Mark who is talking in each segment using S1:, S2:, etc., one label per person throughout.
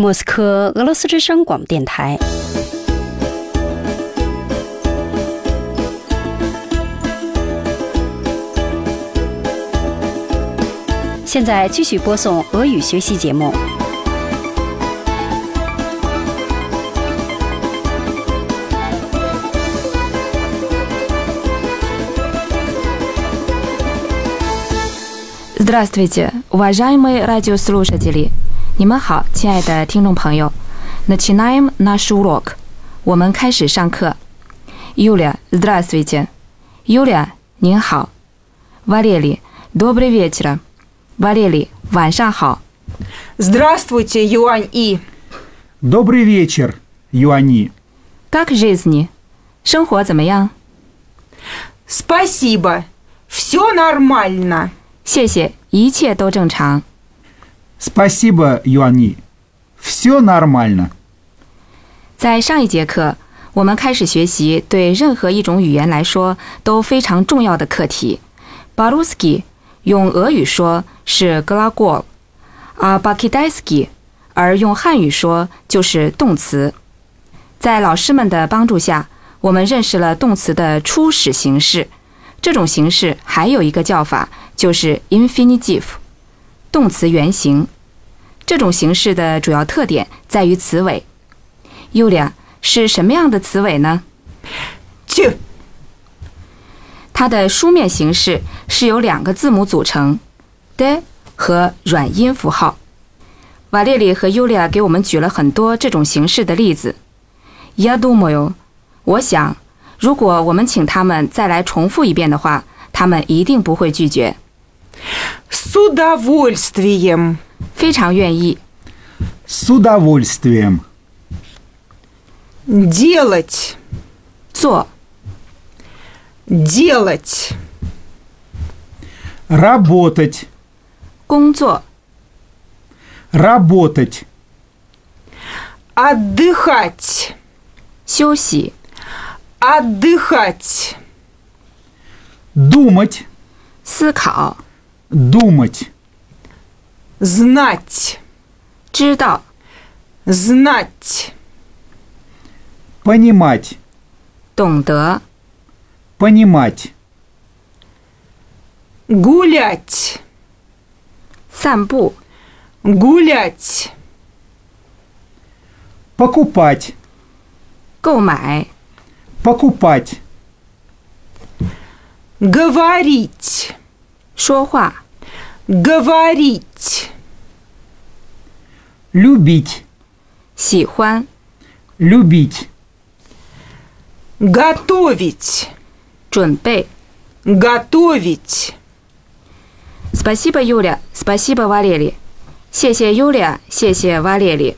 S1: 莫斯科，俄罗斯之声广播电台。现在继续播送俄语学习节目。
S2: Здравствуйте, уважаемые радиослушатели！你们好，亲爱的听众朋友。Начинаем наш урок。我们开始上课。Юля, здравствуйте. Юля，您好。Валерий, добрый вечер. Валерий，晚上好。
S3: Здравствуйте, Юань И.
S4: Добрый вечер, Юани.
S2: Как жизни？生活怎么样？
S3: Спасибо. Все нормально.
S2: 谢谢，一切都正常。
S4: Спасибо, Юани. Все нормально.
S2: 在上一节课，我们开始学习对任何一种语言来说都非常重要的课题。Baruski 用俄语说是 glagol，啊 b a k i d a i s k i 而用汉语说就是动词。在老师们的帮助下，我们认识了动词的初始形式。这种形式还有一个叫法，就是 infinitive，动词原形。这种形式的主要特点在于词尾。Yulia 是什么样的词尾呢？
S3: Тю.
S2: 它的书面形式是由两个字母组成，d 和软音符号。瓦列里和 Yulia 给我们举了很多这种形式的例子。Я думаю，我想，如果我们请他们再来重复一遍的话，他们一定不会拒绝，
S3: С удовольствием.
S2: 非常愿意。
S4: С удовольствием.
S3: Делать.
S2: 做
S3: Делать.
S4: Работать.
S2: 工作，
S4: Работать.
S3: Отдыхать.
S2: 休息，
S3: Отдыхать.
S4: Думать.
S2: 思考，
S4: Думать.
S3: Знать.
S2: 知道，
S3: Знать.
S4: Понимать.
S2: 懂得，
S4: Понимать.
S3: Гулять.
S2: 散步，
S3: Гулять.
S4: Покупать.
S2: 购买，
S4: Покупать.
S3: Говорить.
S2: 说话，
S3: Говорить.
S4: Любить.
S2: 喜欢，
S4: Любить.
S3: Готовить.
S2: 准备。
S3: Готовить.
S2: Спасибо, Юля. Спасибо, Валерий. 谢谢 Юля，谢谢 Валерий。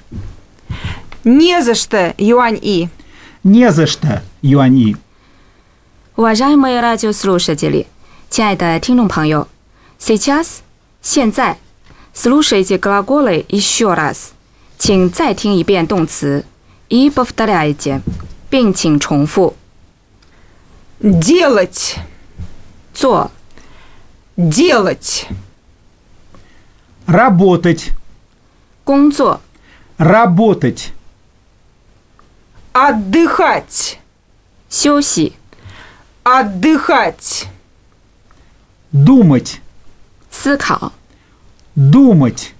S3: Не за что, Юань И.
S4: Не за что, Юани.
S2: Уважаемые радиослушатели，亲爱的听众朋友，сейчас 现在，слушайте глаголы еще раз，请再听一遍动词 и повторяйте，并请重复
S3: Делать.
S2: 做
S3: Делать.
S4: Работать.
S2: 工作
S4: Работать.
S3: Отдыхать.
S2: 休息
S3: Отдыхать.
S4: Думать.
S2: 思考
S4: Думать.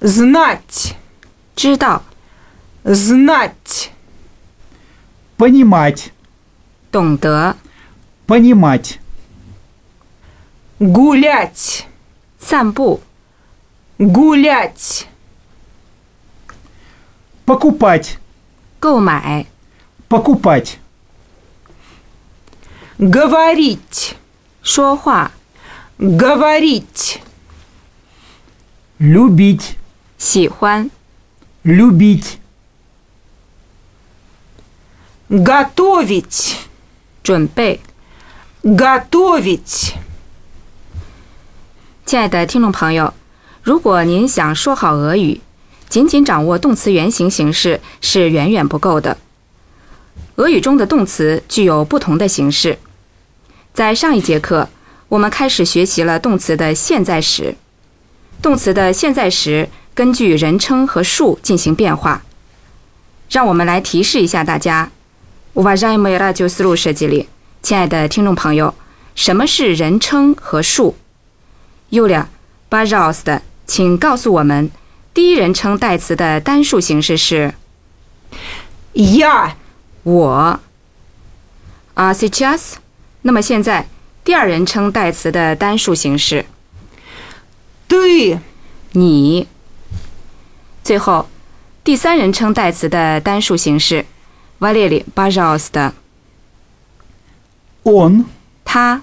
S3: Знать.
S2: 知道
S3: Знать.
S4: Понимать.
S2: 懂得
S4: Понимать.
S3: Гулять.
S2: 散步
S3: Гулять.
S4: Покупать.
S2: 购买
S4: Покупать.
S3: Говорить.
S2: 说话
S3: Говорить.
S4: Любить.
S2: 喜欢
S4: Любить.
S3: Готовить.
S2: 准备。
S3: Готовить.
S2: 亲爱的听众朋友，如果您想说好俄语，仅仅掌握动词原形形式是远远不够的。俄语中的动词具有不同的形式。在上一节课，我们开始学习了动词的现在时。动词的现在时根据人称和数进行变化。让我们来提示一下大家 u v a ж а й м ы й радио с л у ш а т е 亲爱的听众朋友，什么是人称和数？Yulia, b a р а л с т 请告诉我们，第一人称代词的单数形式是。
S3: Я.
S2: 我。啊，сейчас。那么现在，第二人称代词的单数形式
S3: Ты.
S2: 你。最后，第三人称代词的单数形式 Валерий, пожалуйста。
S4: Он,
S2: 他、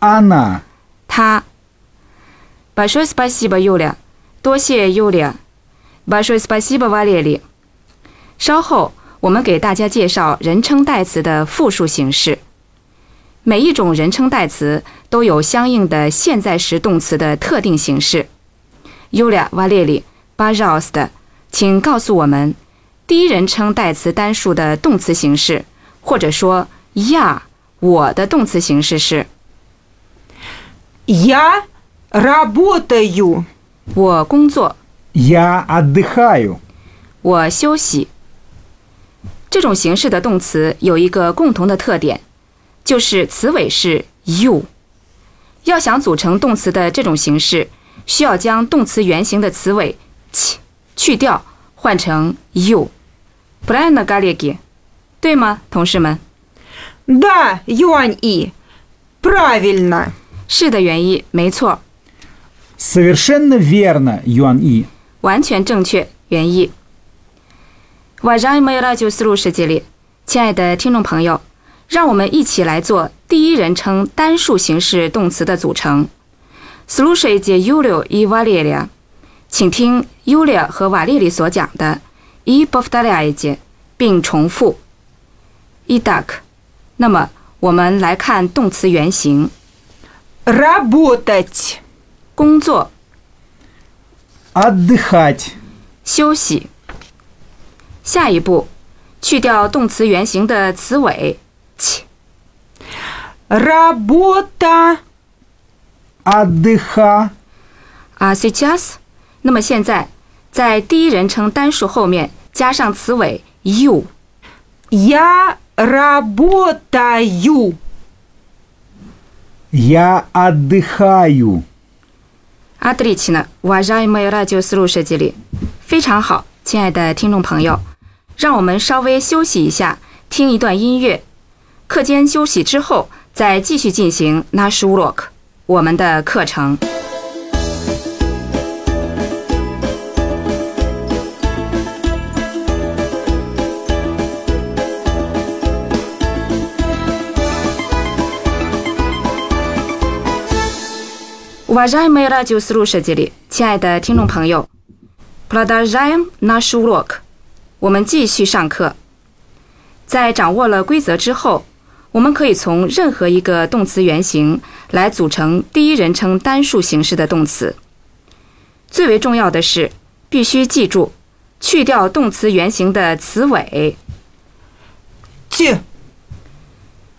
S4: она,
S2: 他。Большое спасибо, Юля。多谢 Юля。Большое спасибо, Валерий。稍后我们给大家介绍人称代词的复数形式。每一种人称代词都有相应的现在时动词的特定形式。Юля, Валерий, пожалуйста，请告诉我们第一人称代词单数的动词形式，或者说 я 我的动词形式是。
S3: Я работаю.
S2: 我工作，
S4: я отдыхаю,
S2: 我休息。这种形式的动词有一个共同的特点，就是词尾是 you。要想组成动词的这种形式，需要将动词原形的词尾 ch 去掉，换成 you。p r a n a g a l e g i 对吗，同事们？
S3: Да, Юань И. Правильно.
S2: 是的，原意没错，
S4: совершенно верно, Юан И.
S2: 完全正确，原意。Уважаемые радиослушатели，亲爱的听众朋友，让我们一起来做第一人称单数形式动词的组成。Слушайте Юлию и Валерия，请听 Юлия 和瓦列里所讲的 и повторяйте，并重复。Итак，那么我们来看动词原形，
S3: Работать.
S2: 工作、
S4: Отдыхать,
S2: 休息。下一步，去掉动词原形的词尾 ch，
S3: Работа.
S4: отдыха,
S2: 啊 s e j a s 那么现在，在第一人称单数后面加上词尾 you，
S3: Я работаю.
S4: я отдыхаю,
S2: а д р и ч н а в а ж а е м ы е радиослушатели，非常好，亲爱的听众朋友，让我们稍微休息一下，听一段音乐。课间休息之后，再继续进行 n a s h u r o k 我们的课程。Уважаемые радиослушатели，亲爱的听众朋友，Продолжаем наш урок，我们继续上课。在掌握了规则之后，我们可以从任何一个动词原形来组成第一人称单数形式的动词。最为重要的是，必须记住去掉动词原形的词尾。
S3: Т.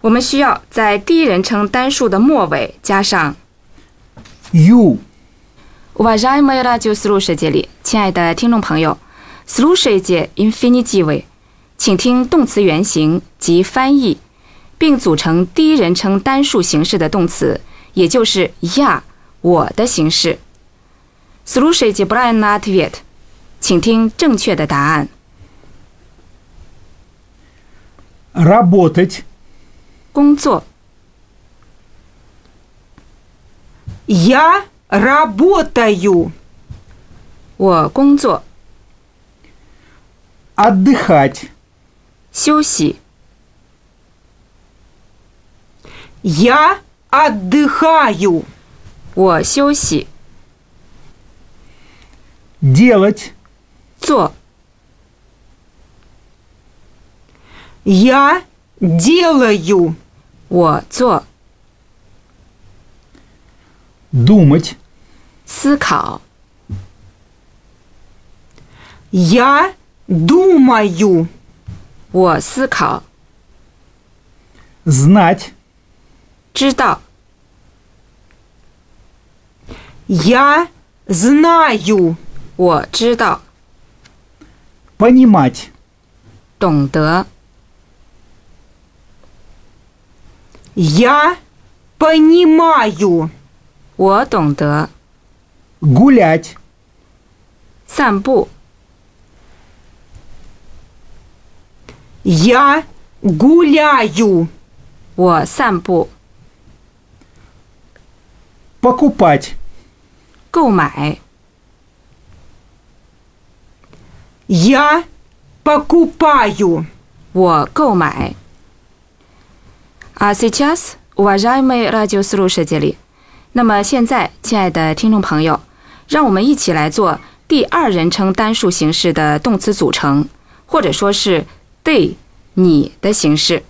S2: 我们需要在第一人称单数的末尾加上
S4: ю,
S2: Уважаемые радиослушатели，亲爱的听众朋友，слушайте инфинитивы，请听动词原形及翻译，并组成第一人称单数形式的动词，也就是 я 我的形式。Слушайте правильный ответ，请听正确的答案。
S4: работать,
S2: 工作，
S3: Я работаю.
S2: 我工作，
S4: отдыхать,
S2: 休息，
S3: Я отдыхаю.
S2: 我休息，
S4: делать,
S2: 做，
S3: Я делаю.
S2: 我做，
S4: думать,
S2: 思考，
S3: Я думаю.
S2: 我思考，
S4: знать,
S2: 知道，
S3: Я знаю.
S2: 我知道，
S4: понимать,
S2: 懂得，
S3: Я понимаю.
S2: 我懂得。
S4: гулять,
S2: 散步，
S3: Я гуляю.
S2: 我散步。
S4: покупать,
S2: 购买，
S3: Я покупаю.
S2: 我购买。А сейчас, уважаемые радиослушатели，那么现在，亲爱的听众朋友，让我们一起来做第二人称单数形式的动词组成，或者说是对你的形式。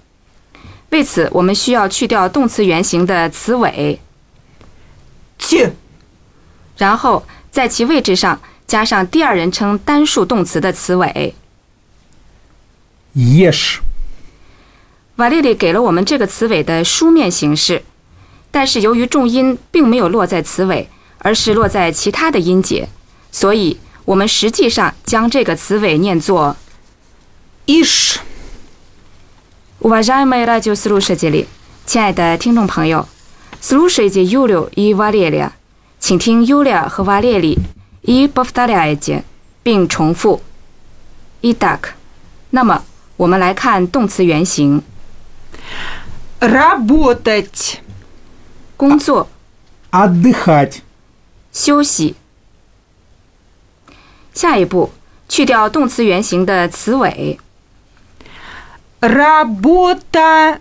S2: 为此，我们需要去掉动词原形的词尾，
S3: Т.
S2: 然后在其位置上加上第二人称单数动词的词尾。
S4: ешь,
S2: 瓦列里给了我们这个词尾的书面形式，但是由于重音并没有落在词尾，而是落在其他的音节，所以我们实际上将这个词尾念作
S3: Иш.
S2: уважаемые радиослушатели，亲爱的听众朋友，слушайте Юлю и Валерия，请听 Юля 和 Валерий и повторяйте，并重复 Итак，那么我们来看动词原形，
S3: Работать.
S2: 工作。
S4: отдыхать,
S2: 休息。下一步，去掉动词原形的词尾，
S3: Работа.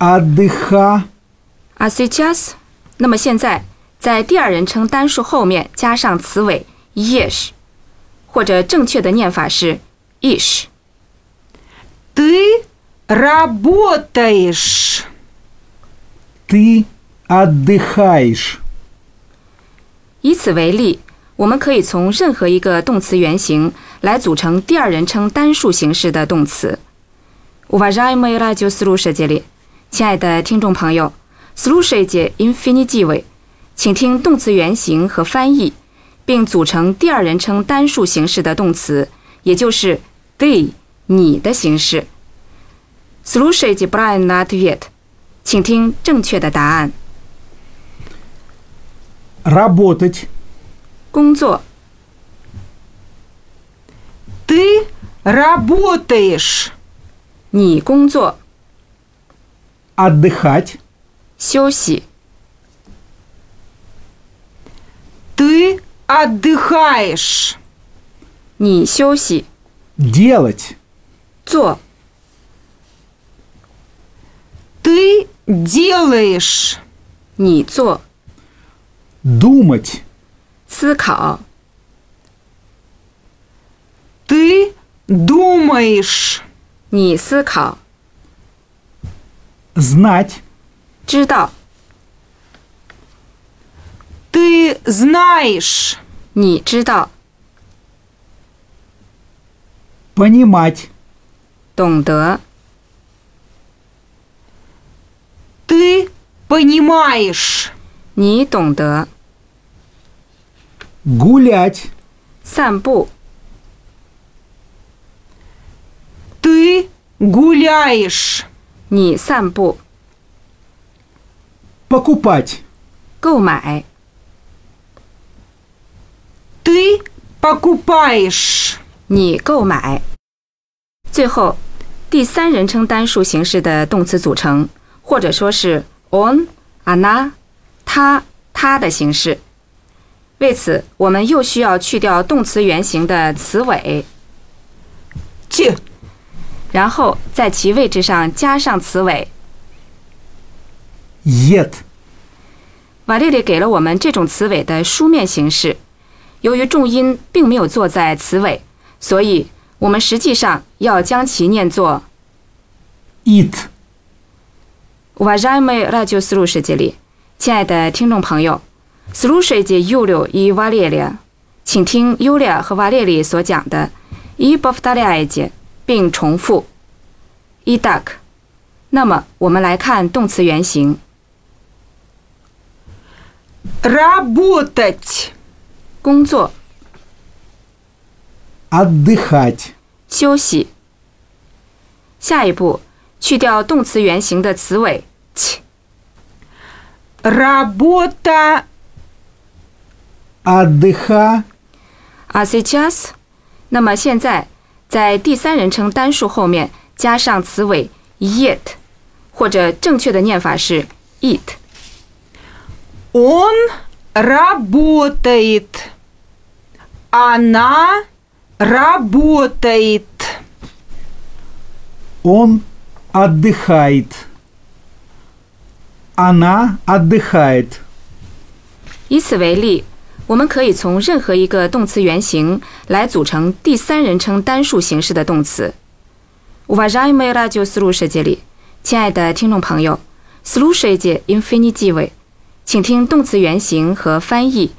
S4: отдыха,
S2: а сейчас。那么现在，在第二人称单数后面加上词尾 yes，或者正确的念法是 ish。
S3: Ты работаешь.
S4: ты отдыхаешь,
S2: 以此为例，我们可以从任何一个动词原形来组成第二人称单数形式的动词。Уважаемые радиослушатели，亲爱的听众朋友，слушайте инфинитивы，请听动词原形和翻译，并组成第二人称单数形式的动词，也就是 ты 你的形式。Слушайте правильный ответ，请听正确的答案。
S4: работать,
S2: 工作。
S3: Ты работаешь.
S2: 你工作，
S4: отдыхать,
S2: 休息。
S3: Ты отдыхаешь.
S2: 你休息，
S4: делать,
S2: 做，
S3: Ты делаешь.
S2: 你做，
S4: думать,
S2: 思考，
S3: Ты думаешь.
S2: 你思考，
S4: знать,
S2: 知道，
S3: Ты знаешь.
S2: 你知道，
S4: понимать,
S2: 懂得，
S3: Ты понимаешь.
S2: 你懂得，
S4: гулять,
S2: 散步，
S3: Ты гуляешь.
S2: 你散步，
S4: покупать,
S2: 购买，
S3: Ты покупаешь.
S2: 你购买。最后，第三人称单数形式的动词组成，或者说是 on、она、他、他的形式。为此，我们又需要去掉动词原形的词尾。
S3: Т.
S2: 然后在其位置上加上词尾。
S4: ед,
S2: 瓦列里给了我们这种词尾的书面形式，由于重音并没有坐在词尾，所以我们实际上要将其念作
S4: ит,
S2: уважаемые радиослушатели，亲爱的听众朋友，слушайте Юлю и Валерия，请听 Юля 和 Валерий 所讲的 и повторяйте，并重复 Итак，那么我们来看动词原形，
S3: Работать.
S2: 工作、
S4: отдыхать,
S2: 休息。下一步，去掉动词原形的词尾 ch，
S3: Работа.
S4: отдыха,
S2: а 啊 сейчас。那么现在，在第三人称单数后面加上词尾 yet，或者正确的念法是 it。
S3: Он работает. Она работает.
S4: он отдыхает. Она отдыхает.
S2: 以此为例，我们可以从任何一个动词原形来组成第三人称单数形式的动词。Уважаемые радиослушатели，亲爱的听众朋友，слушайте инфинитивы，请听动词原形和翻译，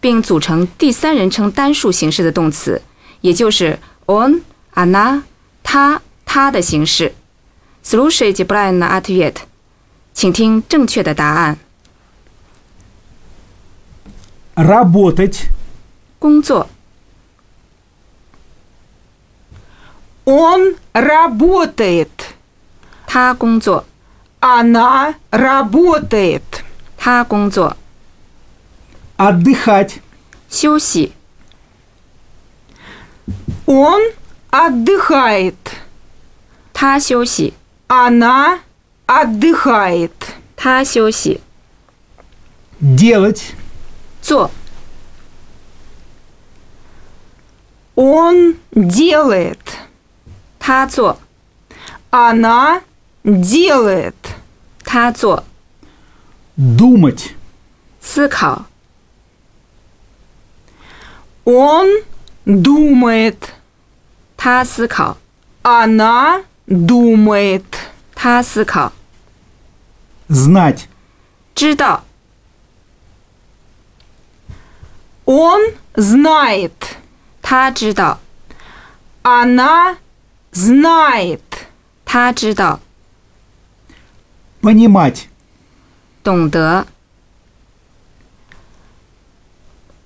S2: 并组成第三人称单数形式的动词，也就是 он、она、他、他的形式。Слушайте правильный ответ，请听正确的答案。
S4: Работать,
S2: 工作。
S3: Он работает.
S2: 他工作，
S3: Она работает.
S2: 他工作，
S4: отдыхать,
S2: 休息，
S3: Он отдыхает.
S2: 他休息，
S3: Она отдыхает.
S2: 他休息，
S4: делать,
S2: 做，
S3: Он делает.
S2: 他做，
S3: Она делает.
S2: 他做，
S4: думать,
S2: 思考，
S3: Он думает.
S2: 他思考，
S3: Она думает.
S2: 他思考，
S4: знать,
S2: 知道，
S3: Он знает.
S2: 他知道，
S3: Она знает.
S2: 他知道，
S4: понимать,
S2: 懂得，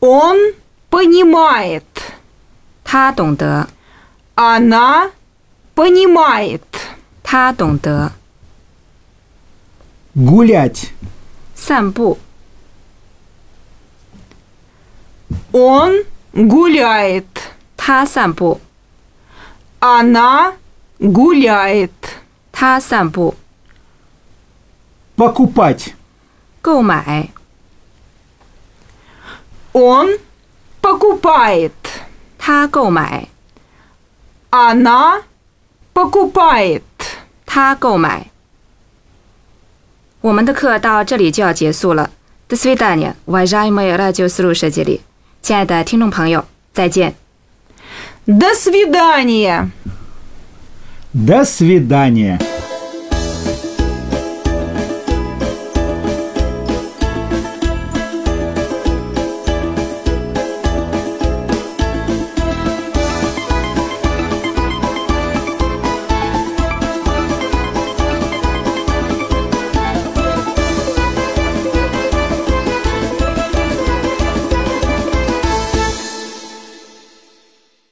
S3: Он понимает.
S2: 他懂得，
S3: Она понимает.
S2: 他懂得，
S4: гулять,
S2: 散步，
S3: Он гуляет.
S2: 他散步，
S3: Она гуляет.
S2: 他散步，
S4: покупать,
S2: 购买，
S3: Он покупает.
S2: 他购买，
S3: Она покупает.
S2: 他购买。我们的课到这里就要结束了。До свидания, уважаемые радиослушатели，亲爱的听众朋友，再见。
S3: До свидания.
S4: до свидания.